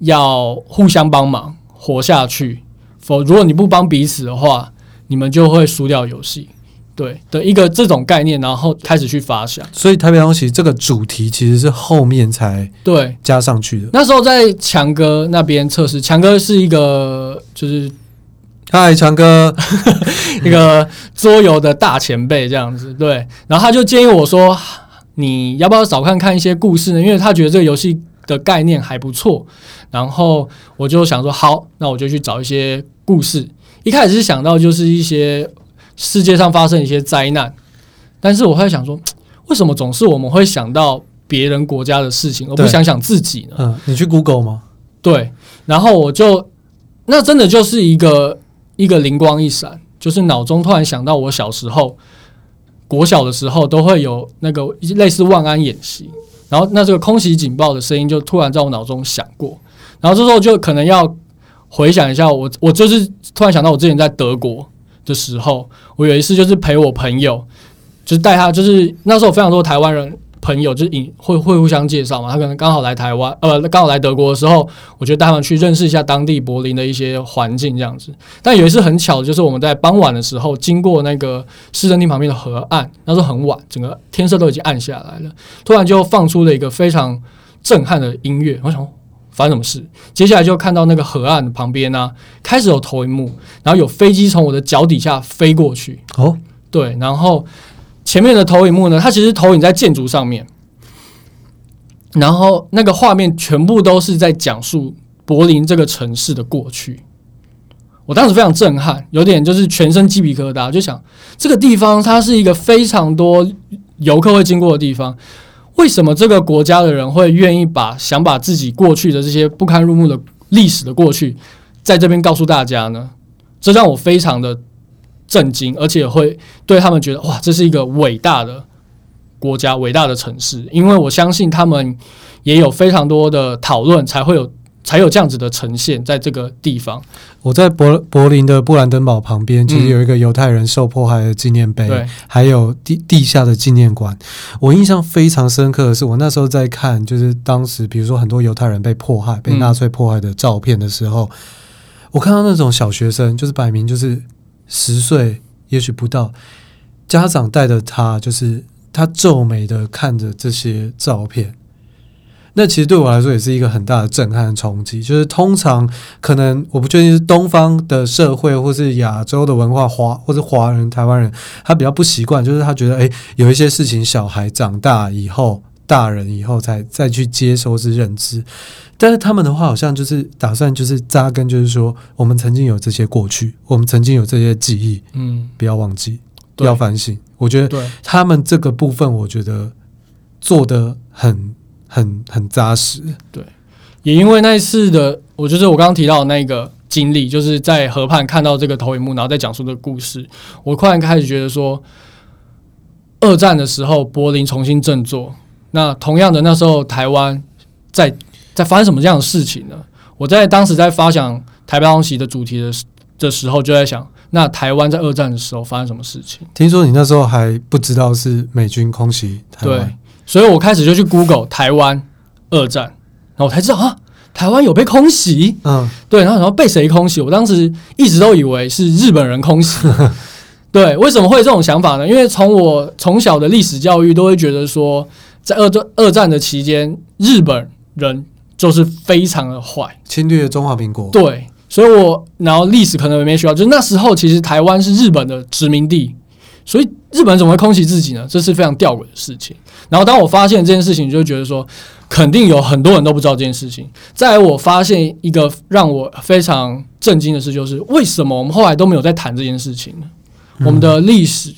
要互相帮忙活下去，否如果你不帮彼此的话，你们就会输掉游戏。对的一个这种概念，然后开始去发想。
所以台北东西这个主题其实是后面才
对，
加上去的。
那时候在强哥那边测试，强哥是一个就是
嗨，强哥，
一个桌游的大前辈这样子，对。然后他就建议我说，你要不要少看看一些故事呢？因为他觉得这个游戏的概念还不错。然后我就想说，好，那我就去找一些故事。一开始是想到就是一些世界上发生一些灾难，但是我会想说，为什么总是我们会想到别人国家的事情，而不
对
想想自己呢？
嗯，你去 Google 吗？
对，然后我就那真的就是一个一个灵光一闪，就是脑中突然想到我小时候国小的时候都会有那个类似万安演习，然后那这个空袭警报的声音就突然在我脑中响过，然后这时候就可能要回想一下我，我就是突然想到我之前在德国的时候，我有一次就是陪我朋友，就是带他，就是那时候有非常多台湾人。朋友就是引会会互相介绍嘛，他可能刚好来台湾，呃，刚好来德国的时候，我就带他们去认识一下当地柏林的一些环境这样子。但有一次很巧的就是我们在傍晚的时候经过那个市政厅旁边的河岸，那时候很晚，整个天色都已经暗下来了，突然就放出了一个非常震撼的音乐，我想。发生什么事？接下来就看到那个河岸旁边呢、啊开始有投影幕，然后有飞机从我的脚底下飞过去，
哦，
对，然后前面的投影幕呢，它其实投影在建筑上面，然后那个画面全部都是在讲述柏林这个城市的过去。我当时非常震撼，有点就是全身鸡皮疙瘩，就想这个地方它是一个非常多游客会经过的地方，为什么这个国家的人会愿意把想把自己过去的这些不堪入目的历史的过去，在这边告诉大家呢？这让我非常的震惊，而且会对他们觉得哇，这是一个伟大的国家、伟大的城市，因为我相信他们也有非常多的讨论，才会有才有这样子的呈现在这个地方。
我在柏柏林的布兰登堡旁边，其实
嗯
有一个犹太人受迫害的纪念碑，
对，
还有地地下的纪念馆。我印象非常深刻的是，我那时候在看，就是当时比如说很多犹太人被迫害、被纳粹迫害的照片的时候，我看到那种小学生，就是摆明就是十岁，也许不到，家长带着他，就是他皱眉的看着这些照片。那其实对我来说也是一个很大的震撼和冲击，就是通常可能我不确定是东方的社会，或是亚洲的文化华，或是华人、台湾人，他比较不习惯，就是他觉得诶，有一些事情小孩长大以后，大人以后才再去接收是认知，但是他们的话好像就是打算就是扎根，就是说我们曾经有这些过去，我们曾经有这些记忆，
嗯，
不要忘记，
对
要反省。我觉得
对，
他们这个部分，我觉得做的很很很扎实。
也因为那一次的，我就是我刚刚提到的那个经历，就是在河畔看到这个投影幕，然后再讲述这个故事，我突然开始觉得说，二战的时候柏林重新振作，那同样的那时候台湾在在发生什么这样的事情呢？我在当时在发想台湾红旗的主题的时的时候，就在想，那台湾在二战的时候发生什么事情？
听说你那时候还不知道是美军空袭台
对
湾，，
所以我开始就去 Google 台湾二战，然后我才知道啊，台湾有被空袭。
嗯，
对，然后然后被谁空袭？我当时一直都以为是日本人空袭。对，为什么会有这种想法呢？因为从我从小的历史教育都会觉得说，在二战二战的期间，日本人就是非常的坏。
侵略中华民国，
对，所以我然后历史可能也没学到，就是那时候其实台湾是日本的殖民地，所以日本怎么会空袭自己呢？这是非常吊诡的事情。然后当我发现这件事情，就觉得说肯定有很多人都不知道这件事情。再来，我发现一个让我非常震惊的事，就是为什么我们后来都没有在谈这件事情呢？我们的历史。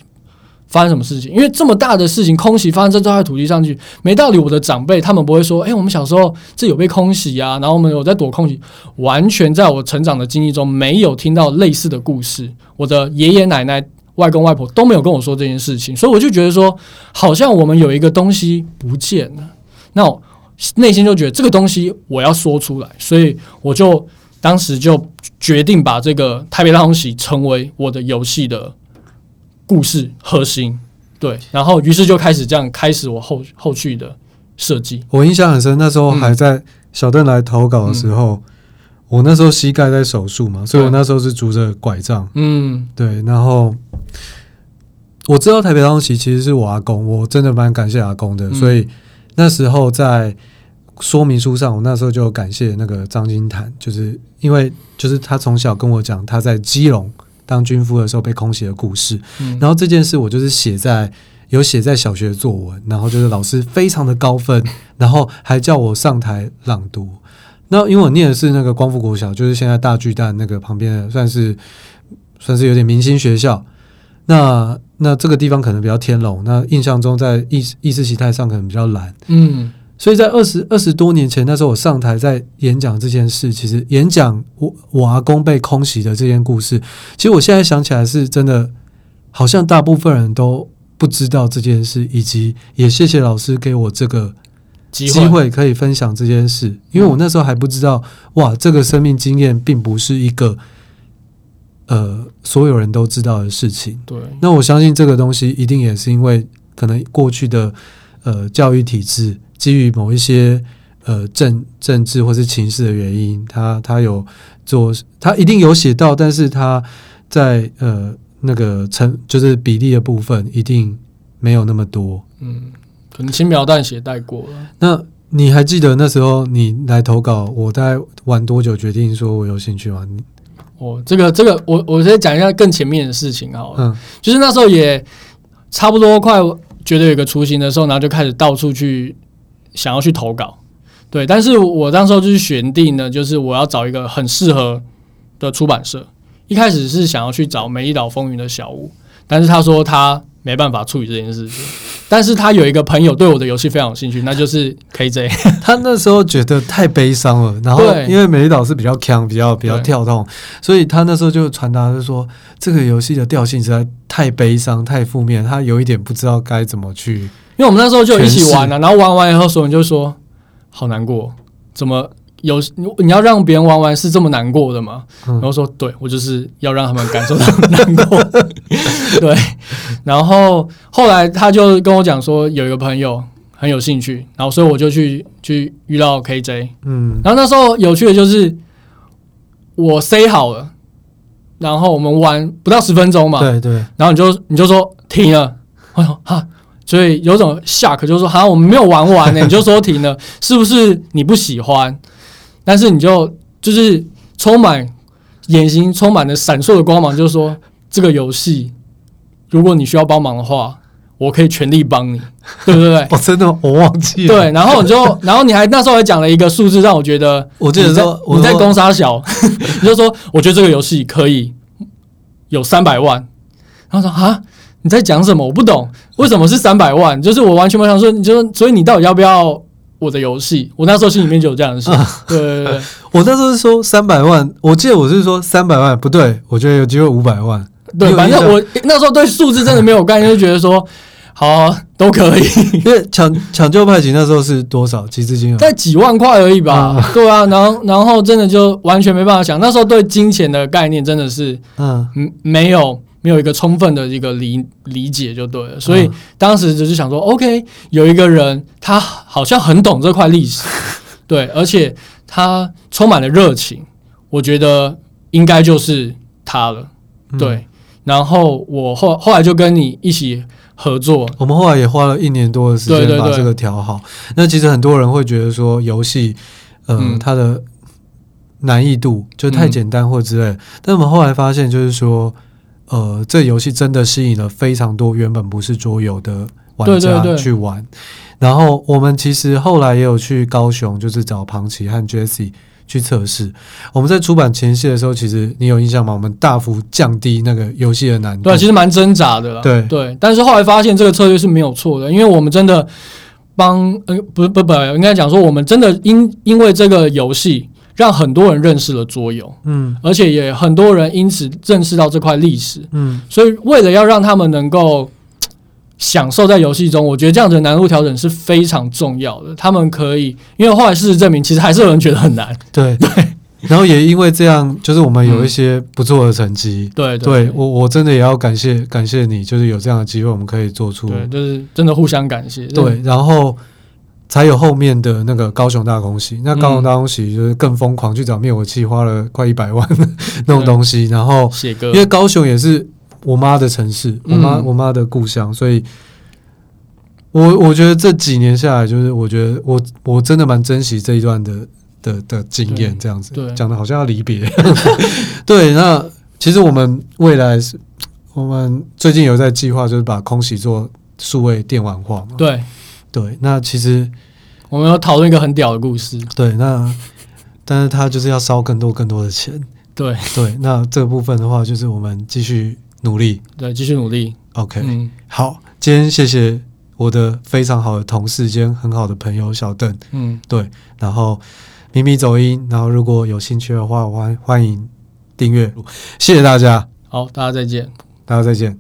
发生什么事情？因为这么大的事情，空袭发生在这块土地上去，没道理。我的长辈他们不会说：“哎、我们小时候这有被空袭啊，然后我们有在躲空袭。”完全在我成长的经历中没有听到类似的故事，我的爷爷奶奶、外公外婆都没有跟我说这件事情，所以我就觉得说，好像我们有一个东西不见了，那我内心就觉得这个东西我要说出来，所以我就当时就决定把这个台北大空袭成为我的游戏的故事核心，对，然后于是就开始这样开始我后后续的设计，
我印象很深，那时候还在小邓来投稿的时候，我那时候膝盖在手术嘛，所以我那时候是拄着拐杖。
嗯
对，然后我知道台北大空袭其实是我阿公，我真的蛮感谢阿公的，
嗯
所以那时候在说明书上，我那时候就有感谢那个张金坦，就是因为就是他从小跟我讲他在基隆当军夫的时候被空袭的故事，
嗯
然后这件事我就是写在有写在小学作文，然后就是老师非常的高分，然后还叫我上台朗读。那因为我念的是那个光复国小，就是现在大巨蛋那个旁边的，算是算是有点明星学校。那那这个地方可能比较天龙，那印象中在意识意识形态上可能比较懒，
嗯
所以在二十二十多年前，那时候我上台在演讲这件事，其实演讲我我阿公被空袭的这件故事，其实我现在想起来是真的，好像大部分人都不知道这件事，以及也谢谢老师给我这个
机
机会可以分享这件事，因为我那时候还不知道，哇，这个生命经验并不是一个呃所有人都知道的事情。
对。
那我相信这个东西一定也是因为可能过去的呃教育体制基于某一些呃政政治或是情势的原因，他他有做，他一定有写到，但是他在呃那个成就是比例的部分一定没有那么多。
嗯，可能轻描淡写带过了。
那你还记得那时候你来投稿，我大概玩多久决定说我有兴趣吗？你
哦，这个这个，我我再讲一下更前面的事情好了，
嗯
就是那时候也差不多快觉得有个雏形的时候，然后就开始到处去想要去投稿，对。但是我当时候就是选定呢，就是我要找一个很适合的出版社。一开始是想要去找《美丽岛风云》的小屋，但是他说他没办法处理这件事情。但是他有一个朋友对我的游戏非常有兴趣，那就是 KJ。
他那时候觉得太悲伤了，然后
对
因为美丽岛是比较强、比较比较
对
跳动，所以他那时候就传达就是说这个游戏的调性实在太悲伤、太负面，他有一点不知道该怎么去。
因为我们那时候就一起玩啊了、然后玩完以后，所有人就说好难过，怎么有你你要让别人玩完是这么难过的吗？
嗯
然后说对我就是要让他们感受到难过，对。然后后来他就跟我讲说有一个朋友很有兴趣，然后所以我就去去遇到 KJ，
嗯，
然后那时候有趣的就是我 say 好了，然后我们玩不到十分钟嘛，
对对，
然后你就你就说停了，我说哈，所以有种 shock 就是说哈，我们没有玩完呢、你就说停了，是不是你不喜欢？但是你就就是充满眼睛充满了闪烁的光芒，就是说这个游戏，如果你需要帮忙的话，我可以全力帮你，对 不对？
我真的我忘记了。
哎对，然后你就，然后你还那时候还讲了一个数字，让我觉得
我记得
你在
说我
你在
说
攻杀小， 你就说我觉得这个游戏可以有三百万，然后说啊你在讲什么？我不懂为什么是三百万，就是我完全没有想说，你就说所以你到底要不要我的游戏？我那时候心里面就有这样的想，
啊
对对对对，
我那时候是说三百万，我记得我是说三百万，不对，我觉得有机会五百万。
对，
有
反
印
正
象
我那时候对数字真的没有概念，就觉得说好啊，都可 以，
因为抢抢救派遣那时候是多少集资金额？
在几万块而已吧。对啊，然后然后真的就完全没办法想，那时候对金钱的概念真的是
嗯，
嗯没有没有一个充分的一个理理解就对了，所以
嗯
当时只是想说、o k 有一个人他好像很懂这块 历史，对，而且他充满了热情，我觉得应该就是他了，
嗯
对。然后我后后来就跟你一起合作，
我们后来也花了一年多的时
对对
间把
对
这个调好。那其实很多人会觉得说游戏，呃，
嗯
它的难易度就太
嗯
简单或之类的。但我们后来发现，就是说，呃，这游戏真的吸引了非常多原本不是桌游的玩
对对
家
对
去玩。然后我们其实后来也有去高雄，就是找庞奇和 Jesse。去测试。我们在出版前夕的时候，其实你有印象吗？我们大幅降低那个游戏的难度。
对，啊其实蛮挣扎的
嗯
啦。
对
对，但是后来发现这个策略是没有错的，因为我们真的帮呃不不不，应该讲说我们真的因因为这个游戏让很多人认识了桌游，
嗯
而且也很多人因此认识到这块历史，
嗯，
所以为了要让他们能够。享受在游戏中，我觉得这样子的难度调整是非常重要的。他们可以，因为后来事实证明，其实还是有人觉得很难。
对对。然后也因为这样，就是我们有一些不错的成绩。
嗯对
对我，我真的也要感谢感谢你，就是有这样的机会，我们可以做出
对，就是真的互相感谢。
对，然后才有后面的那个高雄大空袭。那高雄大空袭就是更疯狂去找灭火器，花了快一百万 弄东西。然后
写歌
因，为高雄也是我妈的城市，我妈、
啊嗯
我妈的故乡，所以我我觉得这几年下来，就是我觉得我我真的蛮珍惜这一段的的的经验，
对
这样子
对
讲的好像要离别。 对，那其实我们未来是，我们最近有在计划，就是把空袭做数位电玩化嘛。
对，
对，那其实
我们有讨论一个很屌的故事，
对那。但是它就是要烧更多更多的钱，
对
对。那这个部分的话，就是我们继续努力。
对，继续努力。
OK，、
嗯，
好，今天谢谢我的非常好的同事兼很好的朋友小邓，
嗯，
然后咪咪走音，然后如果有兴趣的话，欢欢迎订阅，谢谢大家，
好，大家再见。
大家再见。